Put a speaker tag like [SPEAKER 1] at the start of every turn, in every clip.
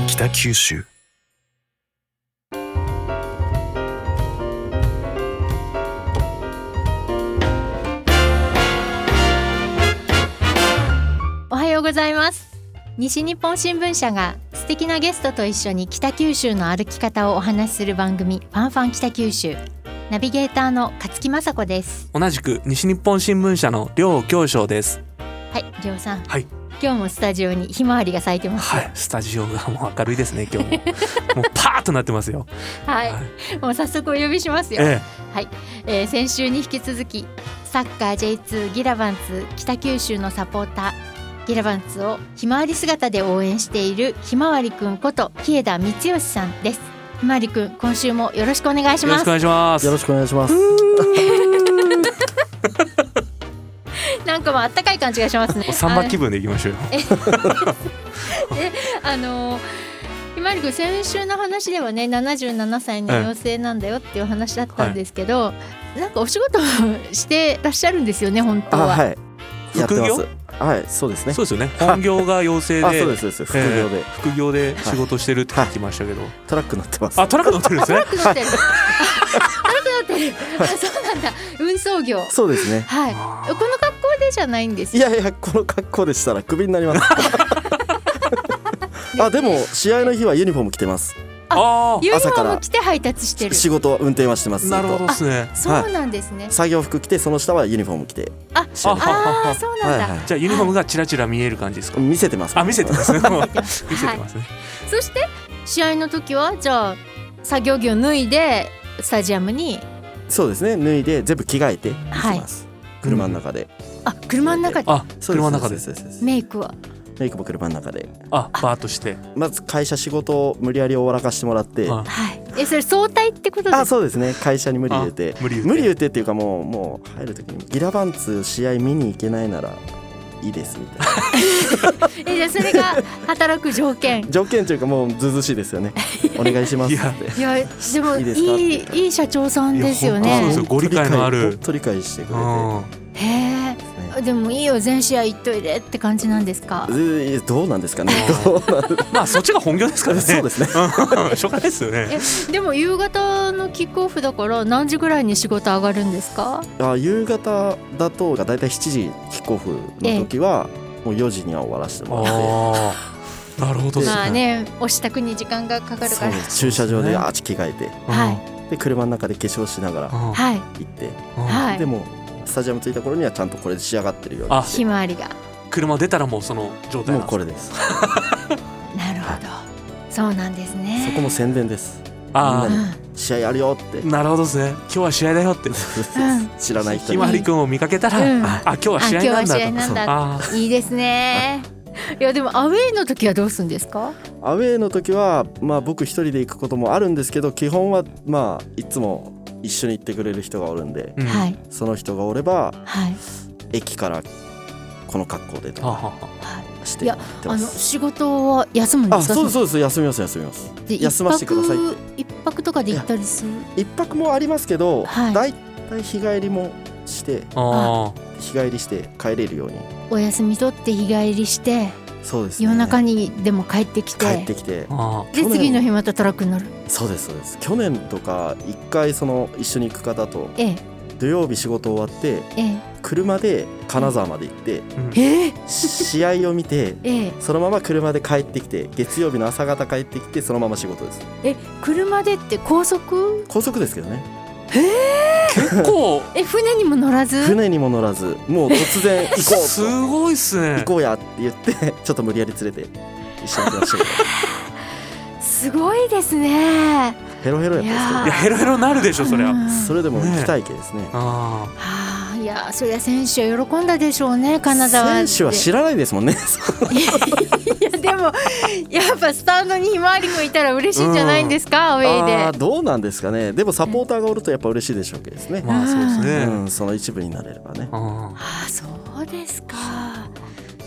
[SPEAKER 1] ン北九州
[SPEAKER 2] おはようございます西日本新聞社が素敵なゲストと一緒に北九州の歩き方をお話しする番組ファンファン北九州ナビゲーターの勝木雅子です
[SPEAKER 3] 同じく西日本新聞社の両教章です
[SPEAKER 2] はい、りょうさん
[SPEAKER 3] はい
[SPEAKER 2] 今日もスタジオにひまわりが咲いてます
[SPEAKER 3] はいスタジオがもう明るいですね今日も もうパーッとなってますよ
[SPEAKER 2] はい、もう早速お呼びしますよ、
[SPEAKER 3] え
[SPEAKER 2] えー先週に引き続きサッカー J2 ギラバンツ北九州のサポーターギラバンツをひまわり姿で応援しているひまわりくんこと日枝光義さんですひまわりくん今週もよろしくお願い
[SPEAKER 3] え
[SPEAKER 2] し
[SPEAKER 3] よろ
[SPEAKER 2] ま
[SPEAKER 3] しくお
[SPEAKER 2] す
[SPEAKER 3] 願いします
[SPEAKER 4] よろしくお願いします。
[SPEAKER 2] なんかもうあったかい感じがしますね
[SPEAKER 3] おサンバ気分でいきましょうよ
[SPEAKER 2] あのーひまわりくん先週の話ではね77歳の陽性なんだよっていう話だったんですけど、なんかお仕事をしてらっしゃるんですよね本当
[SPEAKER 4] あ、
[SPEAKER 2] は、
[SPEAKER 4] はい。やって
[SPEAKER 3] 副
[SPEAKER 4] ま
[SPEAKER 3] 業
[SPEAKER 4] す。はい、そうですね。
[SPEAKER 3] そうですよね本業が陽性で
[SPEAKER 4] あ、そうですそうです。副業
[SPEAKER 3] え
[SPEAKER 4] で
[SPEAKER 3] え副業で仕事してるって聞きましたけど、
[SPEAKER 4] トラック乗ってます。
[SPEAKER 3] あトラック乗ってるんで すね
[SPEAKER 2] 悪くなってる。悪くなってる。あ、そうなんだ。運送業。
[SPEAKER 4] そうですね。
[SPEAKER 2] はい。こ
[SPEAKER 3] あ
[SPEAKER 2] の格好でじゃないんです
[SPEAKER 4] い
[SPEAKER 2] よ。
[SPEAKER 4] やいや、この格好でしたらクビになり ます。あ、でも試合の日はユニフォーム着てます。
[SPEAKER 3] あ
[SPEAKER 2] ユニフォ
[SPEAKER 4] 朝か
[SPEAKER 2] ーム
[SPEAKER 4] ら
[SPEAKER 2] 着て配達してる。
[SPEAKER 4] 仕事は運転はしてます。ずっと
[SPEAKER 3] なるほどですね
[SPEAKER 2] そうなんですね。
[SPEAKER 4] 作業服着てその下はユニフォーム着て。
[SPEAKER 2] あ
[SPEAKER 4] 試合
[SPEAKER 3] あ
[SPEAKER 2] ああ、そうなんだ。
[SPEAKER 4] はいは
[SPEAKER 3] じゃあユニフォームがちらちら見える感じですか、
[SPEAKER 4] い。見せてます。
[SPEAKER 3] あ見せてますねもう見せて
[SPEAKER 2] はい
[SPEAKER 3] ますね、
[SPEAKER 2] そして試合の時はじゃあ作業着を脱いでスタジアムに
[SPEAKER 4] そうですね。脱いで全部着替えて行きます。車の中で。
[SPEAKER 2] あ車の中で
[SPEAKER 3] あ車の中で
[SPEAKER 4] そうすそうすそうす
[SPEAKER 2] メイクは
[SPEAKER 4] メイクも車の中で。
[SPEAKER 3] あバーッとして
[SPEAKER 4] まず会社仕事を無理やり終わらかしてもらって。
[SPEAKER 2] はい。
[SPEAKER 3] あ
[SPEAKER 2] えそれ相対ってことで
[SPEAKER 4] あ
[SPEAKER 2] す。
[SPEAKER 4] そうですね会社に無理入れて
[SPEAKER 3] あ無理言って
[SPEAKER 4] 無理言ってっていうかもうもう入る時にギラバンツ試合見に行けないならいいですみ たいな
[SPEAKER 2] えじゃあそれが働く条件。
[SPEAKER 4] 条件というかもうずうずうしいですよねお願いします
[SPEAKER 3] いや
[SPEAKER 4] って
[SPEAKER 2] いやでも
[SPEAKER 4] いいですか
[SPEAKER 2] いいいい社長さんですよ
[SPEAKER 3] いや本当そうで
[SPEAKER 2] ね
[SPEAKER 3] すよ。ご理解のある
[SPEAKER 4] 本当理解してくれて
[SPEAKER 3] うん
[SPEAKER 2] へえ。
[SPEAKER 4] ですね
[SPEAKER 2] でもいいよ全試合行っといでって感じなんですか
[SPEAKER 4] えーいやどうなんです かねどうなんで
[SPEAKER 3] まあそっちが本業ですからね
[SPEAKER 4] そうですね
[SPEAKER 3] うん しょうがないですよね
[SPEAKER 2] えでも夕方のキックオフだから何時ぐらいに仕事上がるんですか
[SPEAKER 4] あ夕方だとだいたい7時キックオフの時はもう4時には終わらせてもらって
[SPEAKER 3] ああ、なるほどです
[SPEAKER 2] まあ
[SPEAKER 3] ね。
[SPEAKER 2] ねお支度に時間がかかる
[SPEAKER 4] そ
[SPEAKER 2] か
[SPEAKER 4] う
[SPEAKER 2] ら
[SPEAKER 4] 駐車場
[SPEAKER 3] そうですね
[SPEAKER 4] であっち着替えて
[SPEAKER 2] は
[SPEAKER 4] で車の中で化粧しながら
[SPEAKER 3] い
[SPEAKER 2] はい
[SPEAKER 4] 行って
[SPEAKER 2] はい
[SPEAKER 4] でもスタジアム着いた頃にはちゃんとこれで仕上がってるように
[SPEAKER 3] あ
[SPEAKER 2] ひまわりが
[SPEAKER 3] 車出たらもうその状態
[SPEAKER 4] もう
[SPEAKER 3] な
[SPEAKER 4] ん
[SPEAKER 3] です
[SPEAKER 4] これです。
[SPEAKER 2] なるほどそうなんです
[SPEAKER 4] そ
[SPEAKER 2] ね
[SPEAKER 4] こも宣伝です。
[SPEAKER 3] あ
[SPEAKER 4] みん
[SPEAKER 2] う
[SPEAKER 4] なに
[SPEAKER 2] ん
[SPEAKER 4] 試合あるよって
[SPEAKER 3] あ、。なるほどですね。今日は試合だよって。
[SPEAKER 2] ん
[SPEAKER 4] 知らない人
[SPEAKER 3] ひまわり
[SPEAKER 4] に。
[SPEAKER 3] くんを見かけたら、
[SPEAKER 2] うん
[SPEAKER 3] あ今日は
[SPEAKER 2] あ
[SPEAKER 3] 試
[SPEAKER 2] 今
[SPEAKER 3] 合
[SPEAKER 2] 日
[SPEAKER 3] なん
[SPEAKER 2] は試合
[SPEAKER 3] だ
[SPEAKER 2] なん
[SPEAKER 3] と。
[SPEAKER 2] だ
[SPEAKER 3] あ
[SPEAKER 2] いいですねいやでもアウェイの時はどうするんですか
[SPEAKER 4] アウェーの時は、まあ、僕一人で行くこともあるんですけど、基本は、まあ、いつも一緒に行ってくれる人がおるんで、
[SPEAKER 3] あ、うん
[SPEAKER 2] は。い
[SPEAKER 4] その人がおれば、
[SPEAKER 2] はい
[SPEAKER 4] 駅からこの格好でと
[SPEAKER 3] はあ
[SPEAKER 4] か
[SPEAKER 3] はあは
[SPEAKER 4] して
[SPEAKER 2] い
[SPEAKER 4] 行
[SPEAKER 2] や
[SPEAKER 4] って
[SPEAKER 2] あ
[SPEAKER 4] ま
[SPEAKER 2] の
[SPEAKER 4] す。
[SPEAKER 2] 仕事は休むんで
[SPEAKER 4] あ、
[SPEAKER 2] すか
[SPEAKER 4] そうです、そうです、休みます、休みます。
[SPEAKER 2] で
[SPEAKER 4] 休ませてくださいっ
[SPEAKER 2] 一泊一泊とかで行ったりする
[SPEAKER 4] 一泊もありますけど、
[SPEAKER 2] はい
[SPEAKER 4] だいたい日帰りもして、
[SPEAKER 3] あ
[SPEAKER 4] 日帰りして帰れるように。
[SPEAKER 2] お休み取って日帰りして
[SPEAKER 4] そうです、ね。
[SPEAKER 2] 夜中にでも帰ってきて
[SPEAKER 4] 帰ってきて
[SPEAKER 3] あ。ああ
[SPEAKER 2] で
[SPEAKER 4] 去年
[SPEAKER 2] 次の日またトラックに乗る
[SPEAKER 4] そうですそうです去年とか一回その一緒に行く方と
[SPEAKER 2] ええ
[SPEAKER 4] 土曜日仕事終わって
[SPEAKER 2] え
[SPEAKER 4] 車で金沢まで行って
[SPEAKER 2] えええ
[SPEAKER 4] 試合を見て
[SPEAKER 2] ええ
[SPEAKER 4] そのまま車で帰ってきて月曜日の朝方帰ってきてそのまま仕事です
[SPEAKER 2] え車でって高速
[SPEAKER 4] 高速ですけどね
[SPEAKER 3] 結構
[SPEAKER 2] え船にも乗らず
[SPEAKER 4] 船にも乗らずもう突然行こ
[SPEAKER 3] す
[SPEAKER 4] う
[SPEAKER 3] ごいっす
[SPEAKER 4] と
[SPEAKER 3] ね
[SPEAKER 4] 行。こうやって言ってちょっと無理やり連れて一緒に行きま したけ
[SPEAKER 2] すごいですね
[SPEAKER 4] どヘロヘロやったん
[SPEAKER 3] いや
[SPEAKER 4] です
[SPEAKER 3] ヘロヘロなるでしょそりゃ。
[SPEAKER 2] う
[SPEAKER 3] あ
[SPEAKER 2] ん
[SPEAKER 4] けどそれでも
[SPEAKER 3] ね
[SPEAKER 4] 行きたい系ですね
[SPEAKER 3] あ。
[SPEAKER 2] はあいやそりゃ選手は喜んだでしょうね金沢
[SPEAKER 4] 選手は知らないですもん ね
[SPEAKER 2] いやでもやっぱスタンドにひまわりもいたら嬉しいんじゃないんですか、アウェイで
[SPEAKER 4] あーどうなんですかねでもサポーターがおるとやっぱ嬉しいでしょうけどですね
[SPEAKER 3] まあそうです
[SPEAKER 4] う
[SPEAKER 3] ね。
[SPEAKER 4] ん、その一部になれればね。
[SPEAKER 3] あ
[SPEAKER 2] ああそうですか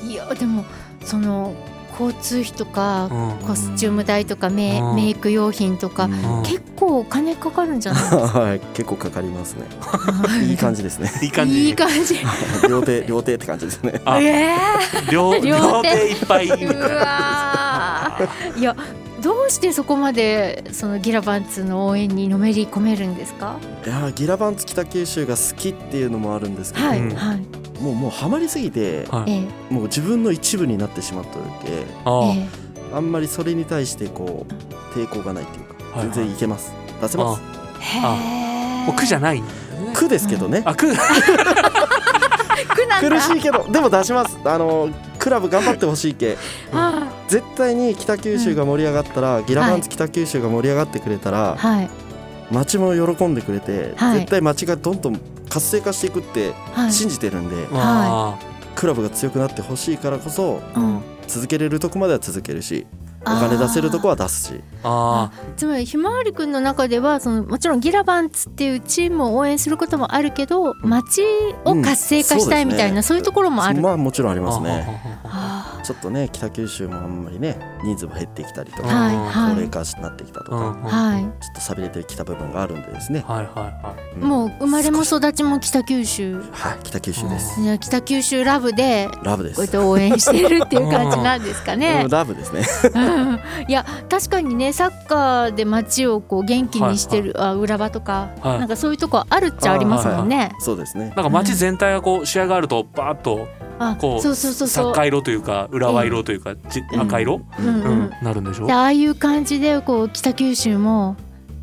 [SPEAKER 2] いやでもその交通費とか
[SPEAKER 3] あ。うん。
[SPEAKER 2] コスチューム代とかメ,、
[SPEAKER 3] うん
[SPEAKER 2] メイク用品とか、
[SPEAKER 3] うん
[SPEAKER 2] 結構お金かかるんじゃない
[SPEAKER 4] はい、 結構かかります ね。いい感じですね。
[SPEAKER 3] いい感
[SPEAKER 2] い
[SPEAKER 3] じ
[SPEAKER 2] い。感じ
[SPEAKER 4] 両手、 両手って感じですね。
[SPEAKER 3] あ
[SPEAKER 2] え
[SPEAKER 3] 両
[SPEAKER 2] 両
[SPEAKER 3] 両
[SPEAKER 2] 手
[SPEAKER 3] 手いっぱい。
[SPEAKER 2] ー、うわーいやどうしてそこまでそのギラバンツの応援にのめり込めるんですか。
[SPEAKER 4] いやーギラバンツ北九州が好きっていうのもあるんですけど、
[SPEAKER 2] はい、
[SPEAKER 3] うん
[SPEAKER 2] はい、
[SPEAKER 4] もうもうハマりすぎて、
[SPEAKER 3] は
[SPEAKER 2] え
[SPEAKER 3] い。
[SPEAKER 2] え、
[SPEAKER 4] もう自分の一部になってしまったので
[SPEAKER 3] あ
[SPEAKER 2] え
[SPEAKER 4] あんまりそれに対してこう抵抗がないっていうか、
[SPEAKER 3] はいはい
[SPEAKER 4] 全然いけます出せます
[SPEAKER 2] え、
[SPEAKER 3] あ、もう苦じゃ
[SPEAKER 2] な
[SPEAKER 3] ない。
[SPEAKER 4] 苦ですけどね、
[SPEAKER 3] あ、苦。
[SPEAKER 2] い。苦なんだ。
[SPEAKER 4] 苦しいけどでも出しますあのクラブ頑張ってほしい系
[SPEAKER 2] は
[SPEAKER 4] 絶対に北九州が盛り上がったら、ギラバンツ北九州が盛り上がってくれたら、
[SPEAKER 2] い、はい、
[SPEAKER 4] 街も喜んでくれて、
[SPEAKER 2] はい
[SPEAKER 4] 絶対街がどんどん活性化していくって
[SPEAKER 2] はい。
[SPEAKER 4] 信じてるんで、
[SPEAKER 3] あ
[SPEAKER 4] クラブが強くなってほしいからこそ
[SPEAKER 2] うん
[SPEAKER 4] 続けれるとこまでは続けるしお
[SPEAKER 2] あー
[SPEAKER 4] 金出せるとこは出すし
[SPEAKER 3] ーあ
[SPEAKER 2] つまりひまわりくんの中ではそのもちろんギラバンツっていうチームを応援することもあるけど街を活性化したいみたいな、
[SPEAKER 4] うん
[SPEAKER 2] そういうところもある、
[SPEAKER 4] まあもちろんあり
[SPEAKER 3] ー。
[SPEAKER 4] ますね
[SPEAKER 3] あ
[SPEAKER 2] あ
[SPEAKER 4] ちょっとね北九州もあんまりね人数も減ってきたりと
[SPEAKER 3] ー。
[SPEAKER 4] か、
[SPEAKER 2] はい
[SPEAKER 4] 高
[SPEAKER 2] はい
[SPEAKER 4] 齢化になってきたと
[SPEAKER 3] うんう
[SPEAKER 4] か、
[SPEAKER 3] ん
[SPEAKER 2] ーはい、
[SPEAKER 4] ちょっと寂れてきた部分があるんでですね、
[SPEAKER 3] はいはいは
[SPEAKER 4] うん
[SPEAKER 2] もう生まれも育ちも北九州
[SPEAKER 4] はい北九州です、
[SPEAKER 2] じゃあ北九州ラブで
[SPEAKER 4] ラブで
[SPEAKER 2] こうやっ
[SPEAKER 4] す
[SPEAKER 2] て応援してるっていう感じなんですか
[SPEAKER 4] う
[SPEAKER 2] ね
[SPEAKER 4] ん。ラブですね
[SPEAKER 2] うんいや確かにねサッカーで街をこう元気にしてる、あ裏場とか、
[SPEAKER 3] はい
[SPEAKER 2] なんかそういうとこあるっちゃありますもんね。
[SPEAKER 4] そうですね
[SPEAKER 3] い。なんか街全体がこう試合があるとバーッと
[SPEAKER 2] あ
[SPEAKER 3] こう
[SPEAKER 2] そうそうそうそう。
[SPEAKER 3] 赤色というか裏は色というかじ
[SPEAKER 4] うん
[SPEAKER 3] 赤色
[SPEAKER 2] うんう
[SPEAKER 3] うんんなるんでしょ
[SPEAKER 2] で。ああいう感じでこう北九州も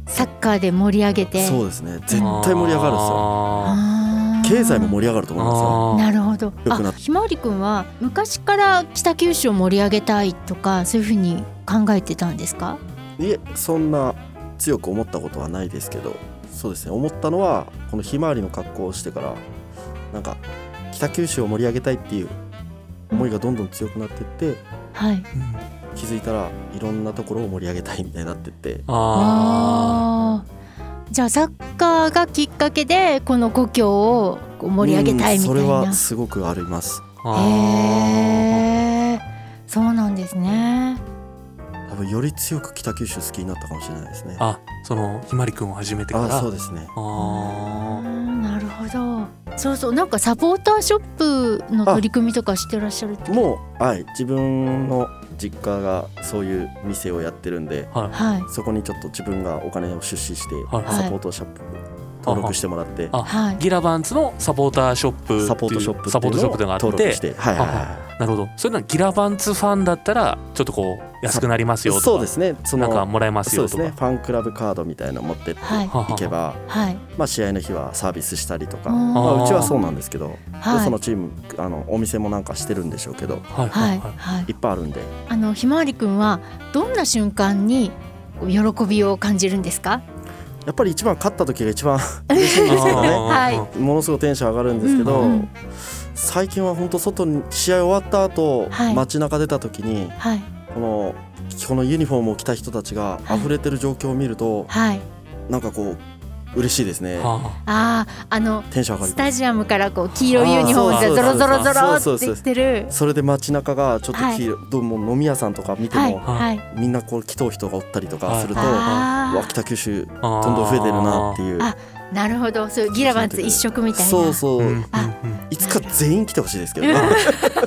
[SPEAKER 2] サッカーで盛り上げて
[SPEAKER 4] そうですね絶対盛り上がるんですよ
[SPEAKER 3] あ
[SPEAKER 2] あー
[SPEAKER 4] 経済も盛り上がると
[SPEAKER 3] ー
[SPEAKER 4] 思いま
[SPEAKER 2] な
[SPEAKER 3] あ
[SPEAKER 2] るほど
[SPEAKER 4] 良くな
[SPEAKER 2] あ
[SPEAKER 4] っ
[SPEAKER 2] ひまわりくんは昔から北九州を盛り上げたいとかそういうふうに考えてたんですか
[SPEAKER 4] すよいえそんな強く思ったことはないですけどそうですね思ったのはこのひまわりの格好をしてからなんか北九州を盛り上げたいっていう思いがどんどん強くなってって
[SPEAKER 2] はい
[SPEAKER 3] ーうん
[SPEAKER 4] 気づいたらいろんなところを盛り上げたいみたいになってって
[SPEAKER 3] あ
[SPEAKER 2] あーじゃあサッカーがきっかけでこの故郷をこう盛り上げたいみたい
[SPEAKER 4] うんそれは
[SPEAKER 2] な。
[SPEAKER 4] すごくあります
[SPEAKER 3] ー
[SPEAKER 2] へ
[SPEAKER 3] あ
[SPEAKER 2] ーそうなんですね。
[SPEAKER 4] 多分より強く北九州好きになったかもしれないですね
[SPEAKER 3] ー。あそのひまりくんを始めてから
[SPEAKER 4] あそう
[SPEAKER 3] で
[SPEAKER 4] ですね。
[SPEAKER 2] う
[SPEAKER 3] あー
[SPEAKER 2] んなるほど。そうそうなんかサポーターショップの取り組みとかしてらっしゃるって。
[SPEAKER 4] もうはい自分の実家がそういう店をやってるんで
[SPEAKER 3] はい
[SPEAKER 2] はい
[SPEAKER 4] そこにちょっと自分がお金を出資して
[SPEAKER 3] はいはい
[SPEAKER 4] サポートショップ登録してもらって
[SPEAKER 3] あ
[SPEAKER 2] はい。
[SPEAKER 3] ギラバンツのサポーターショップっていう
[SPEAKER 4] サポートショップ
[SPEAKER 3] サポートショップっていうのがあ
[SPEAKER 4] 登録
[SPEAKER 3] っ
[SPEAKER 4] しててはいはいはいは
[SPEAKER 3] なるほどそういうのはギラバンツファンだったらちょっとこう安くなります
[SPEAKER 4] い
[SPEAKER 3] よとか
[SPEAKER 4] そうですねそ
[SPEAKER 3] なんか
[SPEAKER 4] の
[SPEAKER 3] もらえます
[SPEAKER 4] そうで
[SPEAKER 3] よ
[SPEAKER 4] す
[SPEAKER 3] とか
[SPEAKER 4] ねファンクラブカードみたいなの持ってって
[SPEAKER 2] はい
[SPEAKER 3] はははい
[SPEAKER 4] けば
[SPEAKER 2] はい。
[SPEAKER 4] まあ試合の日はサービスしたりとか
[SPEAKER 2] あー
[SPEAKER 4] まあうちはそうなんですけどで
[SPEAKER 2] はい
[SPEAKER 4] その。チームあのお店もなんかしてるんでしょうけど
[SPEAKER 3] はいは
[SPEAKER 2] はいい
[SPEAKER 3] はい
[SPEAKER 2] はい
[SPEAKER 4] い。っぱいあるんで
[SPEAKER 2] あのひまわりくんはどんな瞬間にこう喜びを感じるんですか。
[SPEAKER 4] やっぱり一番勝った時が一番 嬉しいんですけどね
[SPEAKER 2] はい
[SPEAKER 3] あー
[SPEAKER 4] ものすごいテンション上がるんですけど、
[SPEAKER 2] うんうん
[SPEAKER 4] 最近は本当外に試合終わった後、
[SPEAKER 2] はい
[SPEAKER 4] 街中出た時に
[SPEAKER 2] はい
[SPEAKER 4] このこのユニフォームを着た人たちが
[SPEAKER 2] はい
[SPEAKER 4] 溢れてる状況を見ると、
[SPEAKER 2] はい。
[SPEAKER 4] なんかこう嬉しいですね
[SPEAKER 3] あ
[SPEAKER 2] あああの
[SPEAKER 4] テンション上がり
[SPEAKER 2] ス
[SPEAKER 4] ます
[SPEAKER 2] タジアムからこう黄色いユニフォーム
[SPEAKER 3] あー
[SPEAKER 2] でゾロゾロゾロ
[SPEAKER 4] そうそうそう
[SPEAKER 2] って言ってる。
[SPEAKER 4] それで街中がちょっと黄色、どうも飲み屋さんとか見て
[SPEAKER 2] はい
[SPEAKER 4] も、
[SPEAKER 2] はい。
[SPEAKER 4] みんなこう来とう人がおったりと
[SPEAKER 3] は
[SPEAKER 4] か
[SPEAKER 3] い
[SPEAKER 4] すると、
[SPEAKER 2] あ
[SPEAKER 4] わ
[SPEAKER 2] あ
[SPEAKER 4] 北九州
[SPEAKER 3] ー
[SPEAKER 4] ど
[SPEAKER 3] あ
[SPEAKER 4] んどん増えてるなって
[SPEAKER 3] いう
[SPEAKER 4] いう
[SPEAKER 2] あーなるほどそういうギラバンツ一色みたいな。
[SPEAKER 4] そうそう、
[SPEAKER 3] んうんうん
[SPEAKER 2] あ
[SPEAKER 4] いつか全員来てほしいですけどね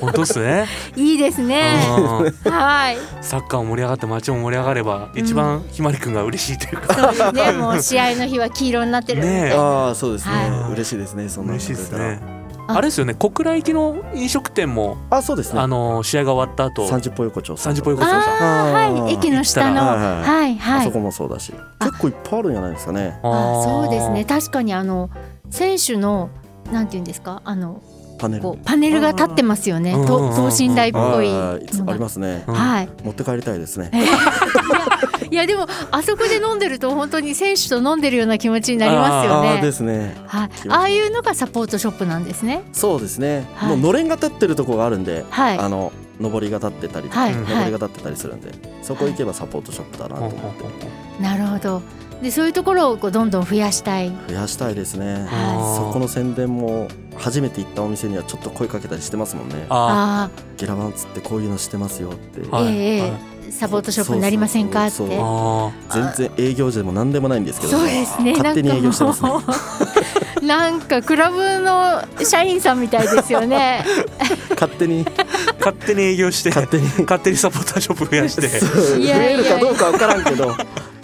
[SPEAKER 3] 本当ですね
[SPEAKER 2] いいですね。
[SPEAKER 3] うん
[SPEAKER 2] はい。
[SPEAKER 3] サッカーも盛り上がって街も盛り上がれば一番ひまりくんが嬉しいというか、
[SPEAKER 2] そうですね。もう試合の日は黄色になってるみたいな。
[SPEAKER 3] ね え
[SPEAKER 4] ああそうですね、
[SPEAKER 3] はい
[SPEAKER 4] 嬉しいですねそんなの
[SPEAKER 3] 嬉しいです
[SPEAKER 4] くれたら
[SPEAKER 3] ねあれですよね小倉行きの飲食店も、
[SPEAKER 4] あそうですね
[SPEAKER 3] あの試合が終わった後
[SPEAKER 4] 三十歩横丁
[SPEAKER 3] 30歩
[SPEAKER 4] 横
[SPEAKER 3] 横丁さん
[SPEAKER 2] あー
[SPEAKER 4] あー
[SPEAKER 2] はい駅の下の
[SPEAKER 4] 行ったら
[SPEAKER 2] は
[SPEAKER 4] はいあ
[SPEAKER 2] は
[SPEAKER 4] そ
[SPEAKER 2] い
[SPEAKER 4] こもそうだし結構いっぱいあるんじゃないですかね
[SPEAKER 2] あそうですね
[SPEAKER 3] あ
[SPEAKER 2] 確かにあの選手のなんていうんですかあの
[SPEAKER 4] パネル
[SPEAKER 2] こうパネルが立ってますよね
[SPEAKER 3] うん
[SPEAKER 2] と
[SPEAKER 3] うんうん
[SPEAKER 2] 等身大っぽい
[SPEAKER 4] あーいつ
[SPEAKER 2] の
[SPEAKER 4] あり
[SPEAKER 2] が
[SPEAKER 4] ますね
[SPEAKER 3] ーうん
[SPEAKER 2] はい
[SPEAKER 4] 持って帰りたいですね
[SPEAKER 2] いやでもあそこで飲んでると本当に選手と飲んでるような気持ちになりますよ
[SPEAKER 4] ああーで
[SPEAKER 2] ね
[SPEAKER 4] すね
[SPEAKER 2] はいああいうのがサポートショップなんですね
[SPEAKER 4] そうですね
[SPEAKER 2] はい
[SPEAKER 4] もうのれんが立ってるとこがあるんで
[SPEAKER 2] はい
[SPEAKER 4] あの上りが立ってたりと
[SPEAKER 2] は
[SPEAKER 4] か
[SPEAKER 2] い
[SPEAKER 4] 上り
[SPEAKER 2] はい
[SPEAKER 4] が立ってたりするんでそこ行けばサポートショップだなと
[SPEAKER 3] ほん
[SPEAKER 4] 思
[SPEAKER 3] ほん
[SPEAKER 4] っ
[SPEAKER 3] ほ
[SPEAKER 4] て
[SPEAKER 3] んほん
[SPEAKER 2] なるほどでそういうところをこうどんどん増やしたい
[SPEAKER 4] 増やしたいですね
[SPEAKER 2] はい
[SPEAKER 4] そこの宣伝も初めて行ったお店にはちょっと声かけたりしてますもんね
[SPEAKER 3] あ
[SPEAKER 2] あ
[SPEAKER 4] ゲラバンツってこういうのしてますよって
[SPEAKER 3] あはい
[SPEAKER 2] ええ
[SPEAKER 3] はい
[SPEAKER 2] あサポートショップになりませんかって
[SPEAKER 4] そうそう
[SPEAKER 3] ー
[SPEAKER 4] そ
[SPEAKER 3] あ
[SPEAKER 4] 全然営業時でも何でもないんですけど
[SPEAKER 2] そうですね
[SPEAKER 4] 勝手に営業してますね
[SPEAKER 2] なんかもう なんかクラブの社員さんみたいですよね
[SPEAKER 4] 勝手に
[SPEAKER 3] 勝手に営業して
[SPEAKER 4] 勝手に
[SPEAKER 3] 勝手にサポーターショップ増やして
[SPEAKER 4] そう
[SPEAKER 2] い
[SPEAKER 4] 増
[SPEAKER 2] やい
[SPEAKER 4] え
[SPEAKER 2] や
[SPEAKER 4] るかどうかわからんけど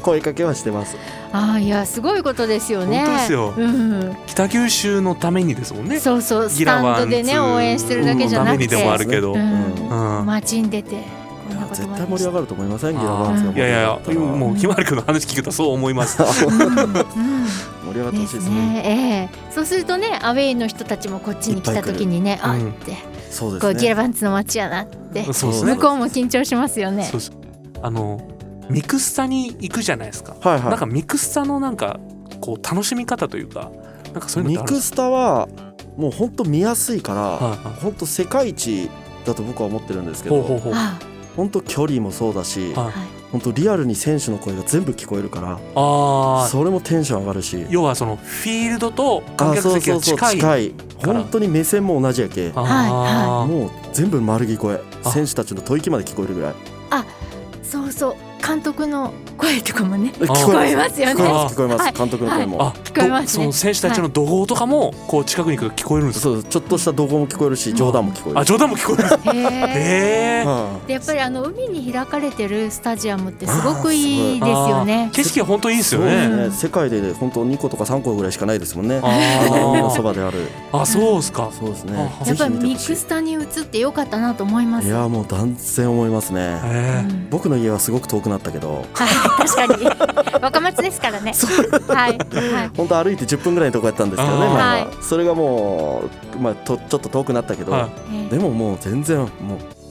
[SPEAKER 4] 声かけはしてます
[SPEAKER 2] ああいやすごいことですよね。
[SPEAKER 3] 本当ですよ
[SPEAKER 2] うん、
[SPEAKER 3] 北九州のためにですもんね
[SPEAKER 2] そうそうス
[SPEAKER 3] ギラ
[SPEAKER 2] タ
[SPEAKER 3] ワ
[SPEAKER 2] ン
[SPEAKER 3] ン
[SPEAKER 2] ドでね
[SPEAKER 3] ツー
[SPEAKER 2] 応援してるだけじゃなくて、
[SPEAKER 3] のためにでもあるけど
[SPEAKER 2] うん
[SPEAKER 4] うん
[SPEAKER 3] うん
[SPEAKER 2] 街に出てこんなこと
[SPEAKER 4] 絶
[SPEAKER 2] もあ
[SPEAKER 4] 対盛
[SPEAKER 2] りま
[SPEAKER 4] り
[SPEAKER 2] し
[SPEAKER 4] 上
[SPEAKER 2] た。
[SPEAKER 4] がると思いませんギラ
[SPEAKER 3] あ
[SPEAKER 4] バンツが盛
[SPEAKER 3] ーい
[SPEAKER 4] り
[SPEAKER 3] やい
[SPEAKER 4] 上が
[SPEAKER 3] や
[SPEAKER 4] ったら
[SPEAKER 3] もうひまわりくんの話聞くとそう思います
[SPEAKER 2] うんう
[SPEAKER 4] 盛
[SPEAKER 2] ん
[SPEAKER 4] り上がってほしい
[SPEAKER 2] で
[SPEAKER 4] ですすね
[SPEAKER 2] ね、ええ、そうするとねアウェイの人たちもこっちに来た時にね
[SPEAKER 3] いっぱ
[SPEAKER 2] あっ
[SPEAKER 3] い来る
[SPEAKER 2] て、
[SPEAKER 4] そうです
[SPEAKER 2] こ
[SPEAKER 4] ね
[SPEAKER 2] うギラバンツの街やなって
[SPEAKER 3] そうです
[SPEAKER 2] 向
[SPEAKER 3] ね
[SPEAKER 2] こうも緊張しますよね
[SPEAKER 3] そうですあのミクスタに行くじゃないですか
[SPEAKER 4] はいはい
[SPEAKER 3] なんかミクスタのなんかこう楽しみ方というかなんかそういう
[SPEAKER 4] ミ
[SPEAKER 3] のって
[SPEAKER 4] ク
[SPEAKER 3] あるんです
[SPEAKER 4] スタはもうほんと見やすいから、
[SPEAKER 3] はいはい
[SPEAKER 4] ほんと世界一だと僕は思ってるんですけ
[SPEAKER 3] かほうほう
[SPEAKER 4] ど
[SPEAKER 3] ほうあ
[SPEAKER 2] あ
[SPEAKER 4] ほんと距離もそうだし、
[SPEAKER 3] は
[SPEAKER 2] あ
[SPEAKER 3] い
[SPEAKER 2] はい
[SPEAKER 4] ほんとリアルに選手の声が全部聞こえるから
[SPEAKER 3] あー
[SPEAKER 4] それもテンション上がるし
[SPEAKER 3] 要はそのフィールドと観
[SPEAKER 4] あ
[SPEAKER 3] 客席が近い
[SPEAKER 4] 近い
[SPEAKER 3] ら
[SPEAKER 4] 本当に目線も同じやけ
[SPEAKER 3] あ
[SPEAKER 2] は
[SPEAKER 3] ー
[SPEAKER 4] もう全部丸聞こえ
[SPEAKER 3] あ
[SPEAKER 4] 選手たちの吐息まで聞こえるぐらい
[SPEAKER 2] そうそう監督の声とかもね
[SPEAKER 4] え聞
[SPEAKER 2] 聞
[SPEAKER 4] こ
[SPEAKER 2] こ
[SPEAKER 4] え
[SPEAKER 2] え
[SPEAKER 4] ま
[SPEAKER 2] ますよ
[SPEAKER 4] す聞こえ
[SPEAKER 2] ね
[SPEAKER 4] ます聞こえます、
[SPEAKER 2] はい
[SPEAKER 4] 監督の声も、
[SPEAKER 3] あ
[SPEAKER 2] 聞こえますね
[SPEAKER 3] どその選手たちの怒号とかもこう近くに行くと聞こえるんですか
[SPEAKER 4] そうちょっとした動画も聞こえるし冗談も聞こえる
[SPEAKER 3] あ冗談も聞こえるんです
[SPEAKER 2] へえ
[SPEAKER 3] へー
[SPEAKER 4] は
[SPEAKER 2] でやっぱりあの海に開かれてるスタジアムってすごくいいですよね
[SPEAKER 3] あー景色は本当いいですよ
[SPEAKER 4] そう
[SPEAKER 3] ね
[SPEAKER 4] です世界で本当2個とか3個ぐらいしかないですもんねあの海の
[SPEAKER 3] あ
[SPEAKER 4] そばである
[SPEAKER 3] ーあそうですか
[SPEAKER 4] そうです
[SPEAKER 3] あ
[SPEAKER 4] ね
[SPEAKER 3] は
[SPEAKER 2] や
[SPEAKER 4] ぜ
[SPEAKER 2] っぱ
[SPEAKER 4] ひ
[SPEAKER 2] り
[SPEAKER 4] 見て
[SPEAKER 2] ミ
[SPEAKER 4] ほ
[SPEAKER 2] ッ
[SPEAKER 4] し
[SPEAKER 2] クスタに移ってよかったなと思いま
[SPEAKER 4] い
[SPEAKER 2] す
[SPEAKER 4] いやもう断然思いますね
[SPEAKER 2] う
[SPEAKER 3] へー
[SPEAKER 2] ん
[SPEAKER 4] 僕の家はすごく遠くなったけど
[SPEAKER 2] はい確かに若松ですからねはいはい
[SPEAKER 4] 本当歩いて10分ぐらいのとこやったんですけどね
[SPEAKER 3] あー
[SPEAKER 4] 前
[SPEAKER 2] は
[SPEAKER 4] はそれがもう、まあ、とちょっと遠くなったけど、
[SPEAKER 3] はい
[SPEAKER 2] ええ
[SPEAKER 4] でももう全然もう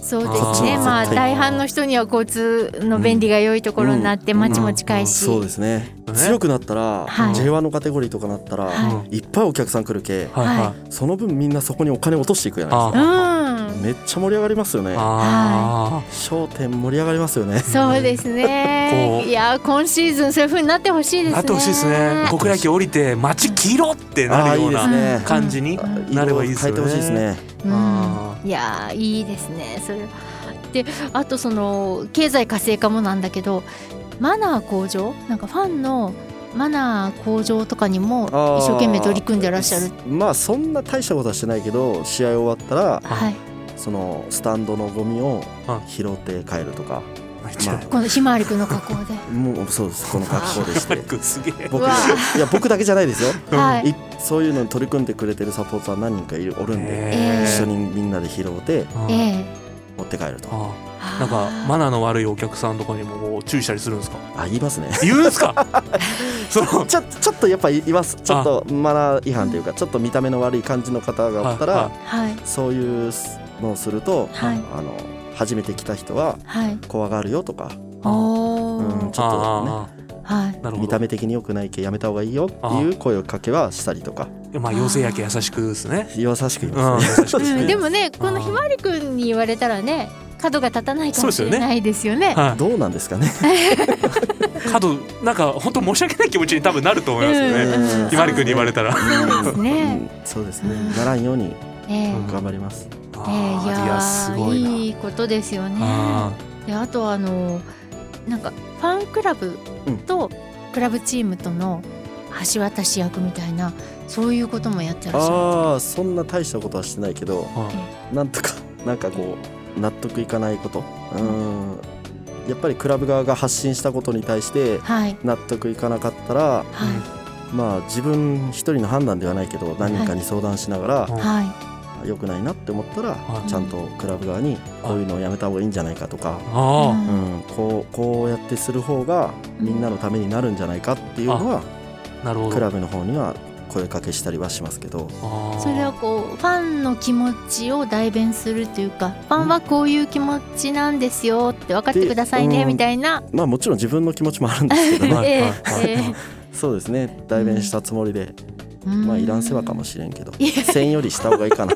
[SPEAKER 2] そうですね
[SPEAKER 4] あー
[SPEAKER 2] まあ
[SPEAKER 4] はい
[SPEAKER 2] 大半の人には交通の便利が良いところになって
[SPEAKER 4] うん
[SPEAKER 2] 街も近いし、
[SPEAKER 4] そうですね
[SPEAKER 3] ね
[SPEAKER 4] 強くなったら、
[SPEAKER 2] はい
[SPEAKER 4] J1 のカテゴリーとかなったら、
[SPEAKER 2] はい
[SPEAKER 3] うん
[SPEAKER 4] い、っぱいお客さん来るけ
[SPEAKER 3] はい
[SPEAKER 2] は
[SPEAKER 3] はいい
[SPEAKER 4] その分みんなそこにお金落としていくじゃないで
[SPEAKER 3] あ
[SPEAKER 2] う
[SPEAKER 3] ー
[SPEAKER 4] すか
[SPEAKER 2] ん
[SPEAKER 4] めっちゃ盛り上がりますよね
[SPEAKER 3] あ
[SPEAKER 4] 商店盛り上がりますよね
[SPEAKER 2] そうですね
[SPEAKER 3] こう
[SPEAKER 2] いやー今シーズンそういう風になってほしいですね
[SPEAKER 3] なってほしいですね小倉駅降りて街黄色って なるよう
[SPEAKER 4] あーいいで
[SPEAKER 3] な
[SPEAKER 4] すね
[SPEAKER 3] 感じに
[SPEAKER 2] うん
[SPEAKER 3] なればいいですよ
[SPEAKER 4] 色を変えてほしいです
[SPEAKER 3] ね
[SPEAKER 4] ね
[SPEAKER 2] うん
[SPEAKER 3] あ、
[SPEAKER 2] いやーいいですねそれであとその経済活性化もなんだけどマナー向上なんかファンのマナー向上とかにも
[SPEAKER 4] あー
[SPEAKER 2] 一生懸命取り組んでらっしゃる
[SPEAKER 4] まあそんな大したことはしてないけど試合終わったら
[SPEAKER 3] あ
[SPEAKER 2] はい
[SPEAKER 4] そのスタンドのゴミを
[SPEAKER 3] あ
[SPEAKER 4] 拾って帰るとか
[SPEAKER 3] めっちゃ
[SPEAKER 4] ま
[SPEAKER 2] このひまわりくんの格好で
[SPEAKER 4] もうそうですこの格好でし
[SPEAKER 3] マリ
[SPEAKER 4] て
[SPEAKER 3] ックすげえ
[SPEAKER 4] 僕
[SPEAKER 2] うわ
[SPEAKER 4] いや僕だけじゃない ですよ
[SPEAKER 2] はい
[SPEAKER 4] いそういうのに取り組んでくれてるサポーター何人かいるおるんで
[SPEAKER 2] え
[SPEAKER 4] 一緒
[SPEAKER 3] へ
[SPEAKER 4] にみんなで拾って
[SPEAKER 3] ー
[SPEAKER 2] え
[SPEAKER 3] うん
[SPEAKER 2] え
[SPEAKER 4] 持って帰ると
[SPEAKER 3] あーなんかマ
[SPEAKER 2] ナ
[SPEAKER 3] ナーの悪いお客さんとかにもこう注意したりするん ですか
[SPEAKER 4] あ言いますね
[SPEAKER 3] 言うんですかその
[SPEAKER 4] ちょちょっとやっぱ言いますちょっとマナー違反というかちょっと見た目の悪い感じの方がおった
[SPEAKER 3] はい
[SPEAKER 4] ら
[SPEAKER 2] はい
[SPEAKER 4] そういうのをすると
[SPEAKER 2] はい
[SPEAKER 4] あの初めて来た人は
[SPEAKER 2] はい
[SPEAKER 4] 怖がるよとか
[SPEAKER 3] あー
[SPEAKER 2] お
[SPEAKER 4] うん
[SPEAKER 2] ー
[SPEAKER 4] ちょっとね
[SPEAKER 3] あー
[SPEAKER 2] はい
[SPEAKER 3] あーなるほど
[SPEAKER 4] 見た目的に良くないけやめた方がいいよっていう声をかけはしたりとか
[SPEAKER 3] まあ妖精やけ優しくですね
[SPEAKER 4] 優しく言い
[SPEAKER 3] うん
[SPEAKER 4] ま
[SPEAKER 3] 優
[SPEAKER 4] すね。
[SPEAKER 3] しくです
[SPEAKER 2] う
[SPEAKER 3] ね
[SPEAKER 2] んでもねこのひまわりくんに言われたらね角が立たないかもしれないですよね
[SPEAKER 3] は
[SPEAKER 4] どうなんですか ね。
[SPEAKER 3] い角なんか本当申し訳ない気持ちに多分なると思いますよ
[SPEAKER 2] うん
[SPEAKER 3] ね
[SPEAKER 4] うん
[SPEAKER 3] ひまわりくんに言われたら
[SPEAKER 2] そうですね
[SPEAKER 4] うんそうですね。ならんように
[SPEAKER 2] ええ
[SPEAKER 3] うん
[SPEAKER 4] 頑張ります。
[SPEAKER 3] あ
[SPEAKER 2] えー
[SPEAKER 3] ー
[SPEAKER 2] い
[SPEAKER 3] い
[SPEAKER 2] や
[SPEAKER 3] や
[SPEAKER 2] ー
[SPEAKER 3] す
[SPEAKER 2] い
[SPEAKER 3] ごいない
[SPEAKER 2] ことですよね。
[SPEAKER 3] あ
[SPEAKER 2] であとはあのなんかファンクラブとクラブチームとの橋渡し役みたいなそういうこともやってらっしゃ
[SPEAKER 4] ああ、そんな大したことはしてないけど、
[SPEAKER 3] ーはい
[SPEAKER 4] なんとかなんかこう納得いかないこと。うん。やっぱりクラブ側が発信したことに対して
[SPEAKER 2] る。はい
[SPEAKER 4] 納得いかなかったら、
[SPEAKER 2] は
[SPEAKER 4] まあ自分一人の判断ではないけど何人かに相談しなが
[SPEAKER 2] い
[SPEAKER 3] い
[SPEAKER 2] は
[SPEAKER 4] ら良くないなって思ったら
[SPEAKER 3] はい
[SPEAKER 4] ちゃんとクラブ側にこういうのをやめた方がいいんじゃないかとか
[SPEAKER 3] あー
[SPEAKER 2] う
[SPEAKER 4] うん、こうこうやってする方がみんなのためになるんじゃないかっていうのは、
[SPEAKER 3] なるほど
[SPEAKER 4] クラブの方には声かけしたりはしますけど
[SPEAKER 3] あ
[SPEAKER 2] い。
[SPEAKER 3] ー
[SPEAKER 2] それはこうファンの気持ちを代弁するというかファンはこういう気持ちなんですよって分かってくださいね
[SPEAKER 4] でうん
[SPEAKER 2] みたいな。
[SPEAKER 4] まあもちろん自分の気持ちもあるんですけど、まあ
[SPEAKER 3] はい
[SPEAKER 2] ええ
[SPEAKER 3] はい
[SPEAKER 2] え
[SPEAKER 4] そうですね代弁したつもりで、
[SPEAKER 2] えうん
[SPEAKER 4] まあいらん世話かもしれんけど
[SPEAKER 2] いや
[SPEAKER 4] 1000よりした方がいい かな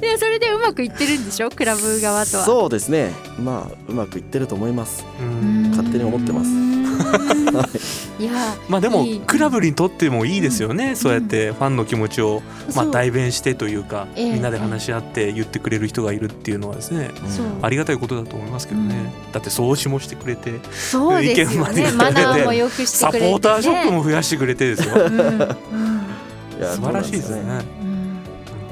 [SPEAKER 2] でそれでうまくいってるんでしょクラブ側とは。
[SPEAKER 4] そうですねまあうまくいってると思います
[SPEAKER 3] うん
[SPEAKER 4] 勝手に思ってます
[SPEAKER 2] す。いや、
[SPEAKER 3] まあでも
[SPEAKER 2] いい
[SPEAKER 3] クラブにとってもいいですよねそうやってファンの気持ちをまあ
[SPEAKER 2] そう
[SPEAKER 3] 代弁してというか
[SPEAKER 2] ええ
[SPEAKER 3] みんなで話し合って言ってくれる人がいるっていうのはですね
[SPEAKER 2] そう
[SPEAKER 4] うん
[SPEAKER 3] ありがたいことだと思いますけどね、だって送信もしてくれて
[SPEAKER 2] そうですよね。
[SPEAKER 3] 意見
[SPEAKER 2] マ
[SPEAKER 3] まで
[SPEAKER 2] ナーも良くして
[SPEAKER 3] サ
[SPEAKER 2] く
[SPEAKER 3] ポ
[SPEAKER 2] れて、ね、
[SPEAKER 3] ーターショップも増やしてくれてですよ
[SPEAKER 2] うん。うん
[SPEAKER 4] いや
[SPEAKER 3] 素晴らしいです
[SPEAKER 4] そうなん
[SPEAKER 3] ね
[SPEAKER 2] うん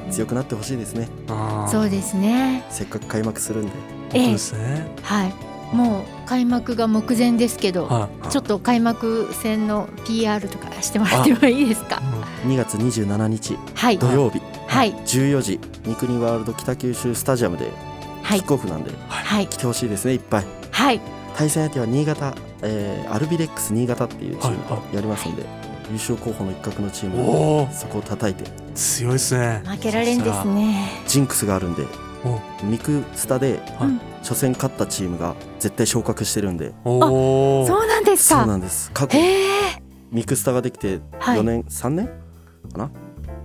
[SPEAKER 4] で強くなってほしいですね
[SPEAKER 3] あー
[SPEAKER 2] そうですね
[SPEAKER 4] せっかく開幕するんで
[SPEAKER 3] 本当ですね。
[SPEAKER 2] はいもう開幕が目前ですけど、
[SPEAKER 3] はい。
[SPEAKER 2] ちょっと開幕戦の PR とかしてもらってもいいですか
[SPEAKER 4] 2月27日
[SPEAKER 2] はい
[SPEAKER 4] 土曜日
[SPEAKER 2] はい
[SPEAKER 4] 14時三国ワールド北九州スタジアムで
[SPEAKER 2] は
[SPEAKER 4] キ
[SPEAKER 2] い
[SPEAKER 4] ックオフなんで、
[SPEAKER 2] はい
[SPEAKER 4] 来てほしいですねいっぱい
[SPEAKER 2] はい
[SPEAKER 4] 対戦相手は新潟、えーアルビレックス新潟っていうチーム
[SPEAKER 3] はい
[SPEAKER 4] とやりますんで、優勝候補の一角のチー
[SPEAKER 3] うん
[SPEAKER 4] ムなんで
[SPEAKER 3] おお
[SPEAKER 4] そこを叩いて
[SPEAKER 3] 強いですね。
[SPEAKER 2] 負けられんですね
[SPEAKER 4] ジンクスがあるんで
[SPEAKER 3] お
[SPEAKER 4] ミクスタで
[SPEAKER 3] はい
[SPEAKER 2] うん
[SPEAKER 4] 初戦勝ったチームが絶対昇格してるんで
[SPEAKER 3] おお。
[SPEAKER 2] そうなんです
[SPEAKER 4] そう
[SPEAKER 2] か
[SPEAKER 4] なんです過去
[SPEAKER 2] へえ
[SPEAKER 4] ミクスタができて
[SPEAKER 2] は
[SPEAKER 4] 4
[SPEAKER 2] い
[SPEAKER 4] 年、3年かな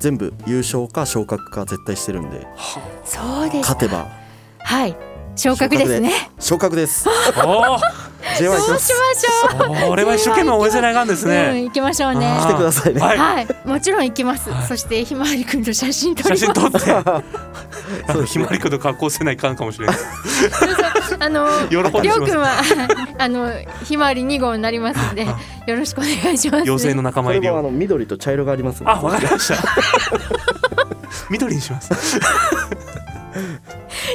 [SPEAKER 4] 全部優勝か昇格か絶対してるんで
[SPEAKER 3] は
[SPEAKER 2] そうです
[SPEAKER 4] 勝てば
[SPEAKER 2] はい昇格ですね
[SPEAKER 4] 昇格です
[SPEAKER 3] おお。
[SPEAKER 4] J1 行き
[SPEAKER 2] そう
[SPEAKER 4] ま
[SPEAKER 2] し
[SPEAKER 4] す
[SPEAKER 2] まし
[SPEAKER 3] これは一生懸命応援せないかんです
[SPEAKER 2] ょううん
[SPEAKER 3] ね。
[SPEAKER 2] 行きましょうね
[SPEAKER 3] あ
[SPEAKER 4] 来てくださいね
[SPEAKER 3] はい。
[SPEAKER 2] はいもちろん行きます
[SPEAKER 3] はい
[SPEAKER 2] そしてひまわりくんと写真撮り
[SPEAKER 3] 写
[SPEAKER 2] ます
[SPEAKER 3] 真撮って。
[SPEAKER 4] そうですね
[SPEAKER 3] ひまわりくんと格好せないかんかもしれないです。
[SPEAKER 2] あの
[SPEAKER 3] 喜んでしま
[SPEAKER 2] りょう
[SPEAKER 3] す
[SPEAKER 2] くんはあのひまわり2号になりますんでよろしくお願いします。
[SPEAKER 3] 妖精の仲
[SPEAKER 4] こ
[SPEAKER 3] 間入り
[SPEAKER 4] れもあ
[SPEAKER 3] を。
[SPEAKER 4] の緑と茶色がありますんで
[SPEAKER 3] あ、わかりました。 緑にします。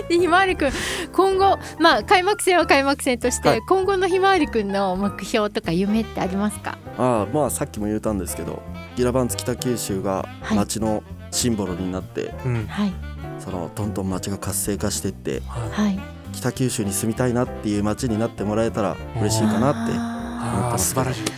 [SPEAKER 2] でひまわりくん今後まあ開幕戦は開幕戦として、
[SPEAKER 4] はい
[SPEAKER 2] 今後のひまわりくんの目標とか夢ってありますか。
[SPEAKER 4] ああまあさっきも言ったんですけどギラバンツ北九州が
[SPEAKER 2] はい
[SPEAKER 4] 町のシンボルになって、
[SPEAKER 3] うん。
[SPEAKER 2] はい
[SPEAKER 4] そのどんどん町が活性化していって
[SPEAKER 3] はい
[SPEAKER 2] はい。
[SPEAKER 4] 北九州に住みたいなっていう町になってもらえたら嬉しいかなっ
[SPEAKER 2] あ
[SPEAKER 3] あー素晴らしい。い
[SPEAKER 2] ー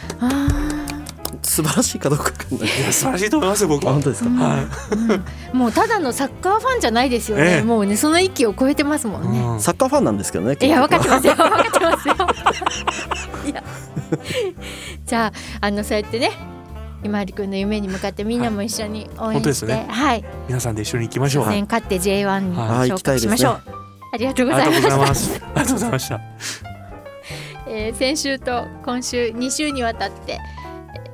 [SPEAKER 2] あ
[SPEAKER 4] て素晴らしいかどうかわか んない
[SPEAKER 3] や素晴らしいと思いますよ僕
[SPEAKER 4] あ
[SPEAKER 3] は
[SPEAKER 4] 本。当ですか、
[SPEAKER 3] はい。
[SPEAKER 2] ーもうただのサッカーファンじゃないですよね。
[SPEAKER 3] ええ
[SPEAKER 2] もうねその域を超えてますもんね。
[SPEAKER 3] うん
[SPEAKER 4] サッカーファンなんですけどね
[SPEAKER 2] いや分
[SPEAKER 4] 結
[SPEAKER 2] かっ
[SPEAKER 4] 局
[SPEAKER 2] てますよ分かってますよいやじゃああのそうやってねひまわりくんの夢に向かってみんなも一緒に応
[SPEAKER 3] 本
[SPEAKER 2] 援
[SPEAKER 3] 当で
[SPEAKER 2] し
[SPEAKER 3] す
[SPEAKER 2] て、
[SPEAKER 3] ね
[SPEAKER 2] はい、
[SPEAKER 3] 皆さんで一緒に行きましょう。
[SPEAKER 2] 初
[SPEAKER 3] あり
[SPEAKER 2] 戦勝って J1 に
[SPEAKER 3] はい
[SPEAKER 2] 昇格しましょう、
[SPEAKER 4] 行
[SPEAKER 2] ありがとうご
[SPEAKER 3] が
[SPEAKER 2] ざ
[SPEAKER 3] と
[SPEAKER 2] いうます
[SPEAKER 3] ございます。ありがとうございました。
[SPEAKER 2] えー先週と今週2週にわたって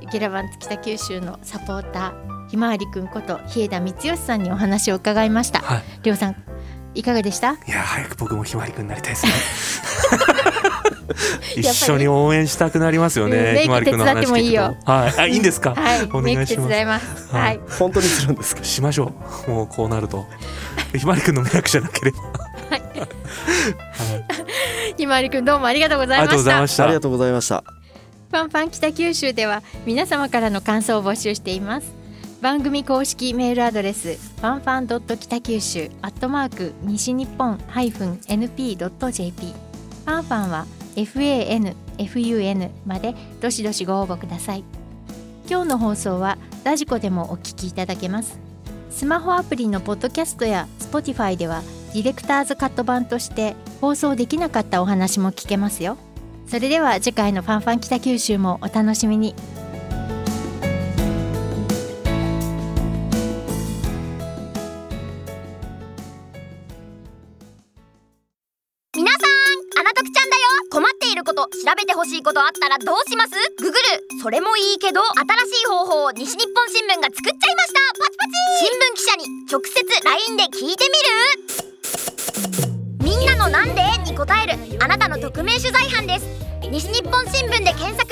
[SPEAKER 2] えーゲラバンツ北九州のサポーターひまわりくんこと日枝光義さんにお話を伺いました
[SPEAKER 3] はい。
[SPEAKER 2] りょうさんいかがでした
[SPEAKER 3] いや早く僕もひまわりくんになりたい ですね。一緒に応援したくなりますよ
[SPEAKER 2] うん
[SPEAKER 3] ね。ひまわりくんの話聞くと
[SPEAKER 2] メイク手伝ってもいいよ
[SPEAKER 3] はい。あいいんですか。
[SPEAKER 2] はい
[SPEAKER 3] お
[SPEAKER 2] メイ
[SPEAKER 3] 願い
[SPEAKER 2] ク手
[SPEAKER 3] します
[SPEAKER 2] 伝います
[SPEAKER 3] はい
[SPEAKER 2] はい
[SPEAKER 4] 本当にするんですか
[SPEAKER 3] しましょう。もうこうなると。ひまわりくんの迷惑じゃなければ。
[SPEAKER 2] ひまわりくんどうもありがとうござ
[SPEAKER 3] あ
[SPEAKER 2] い
[SPEAKER 3] り
[SPEAKER 2] ま
[SPEAKER 3] がとうご
[SPEAKER 2] し
[SPEAKER 3] ざい
[SPEAKER 2] た
[SPEAKER 3] ま した
[SPEAKER 4] あり。がとうございました
[SPEAKER 2] パンパン北九州では皆様からの感想を募集しています番組公式メールアドレスパンパン北九州アットマーク西日本 -np.jp パンパンは FAN、FUN までどしどしご応募ください今日の放送はラジコでもお聞きいただけますスマホアプリのポッドキャストや Spotify ではディレクターズカット版として放送できなかったお話も聞けますよそれでは次回の「ファンファン北九州」もお楽しみに。
[SPEAKER 1] 皆さんあなたくちゃんだよ困っていること調べてほしいことあったらどうしますググるそれもいいけど新しい方法を西日本新聞が作っちゃいましたパチパチ新聞記者に直接 LINE で聞いてみるみんなのなんでに答えるあなたの匿名取材班です西日本新聞で検索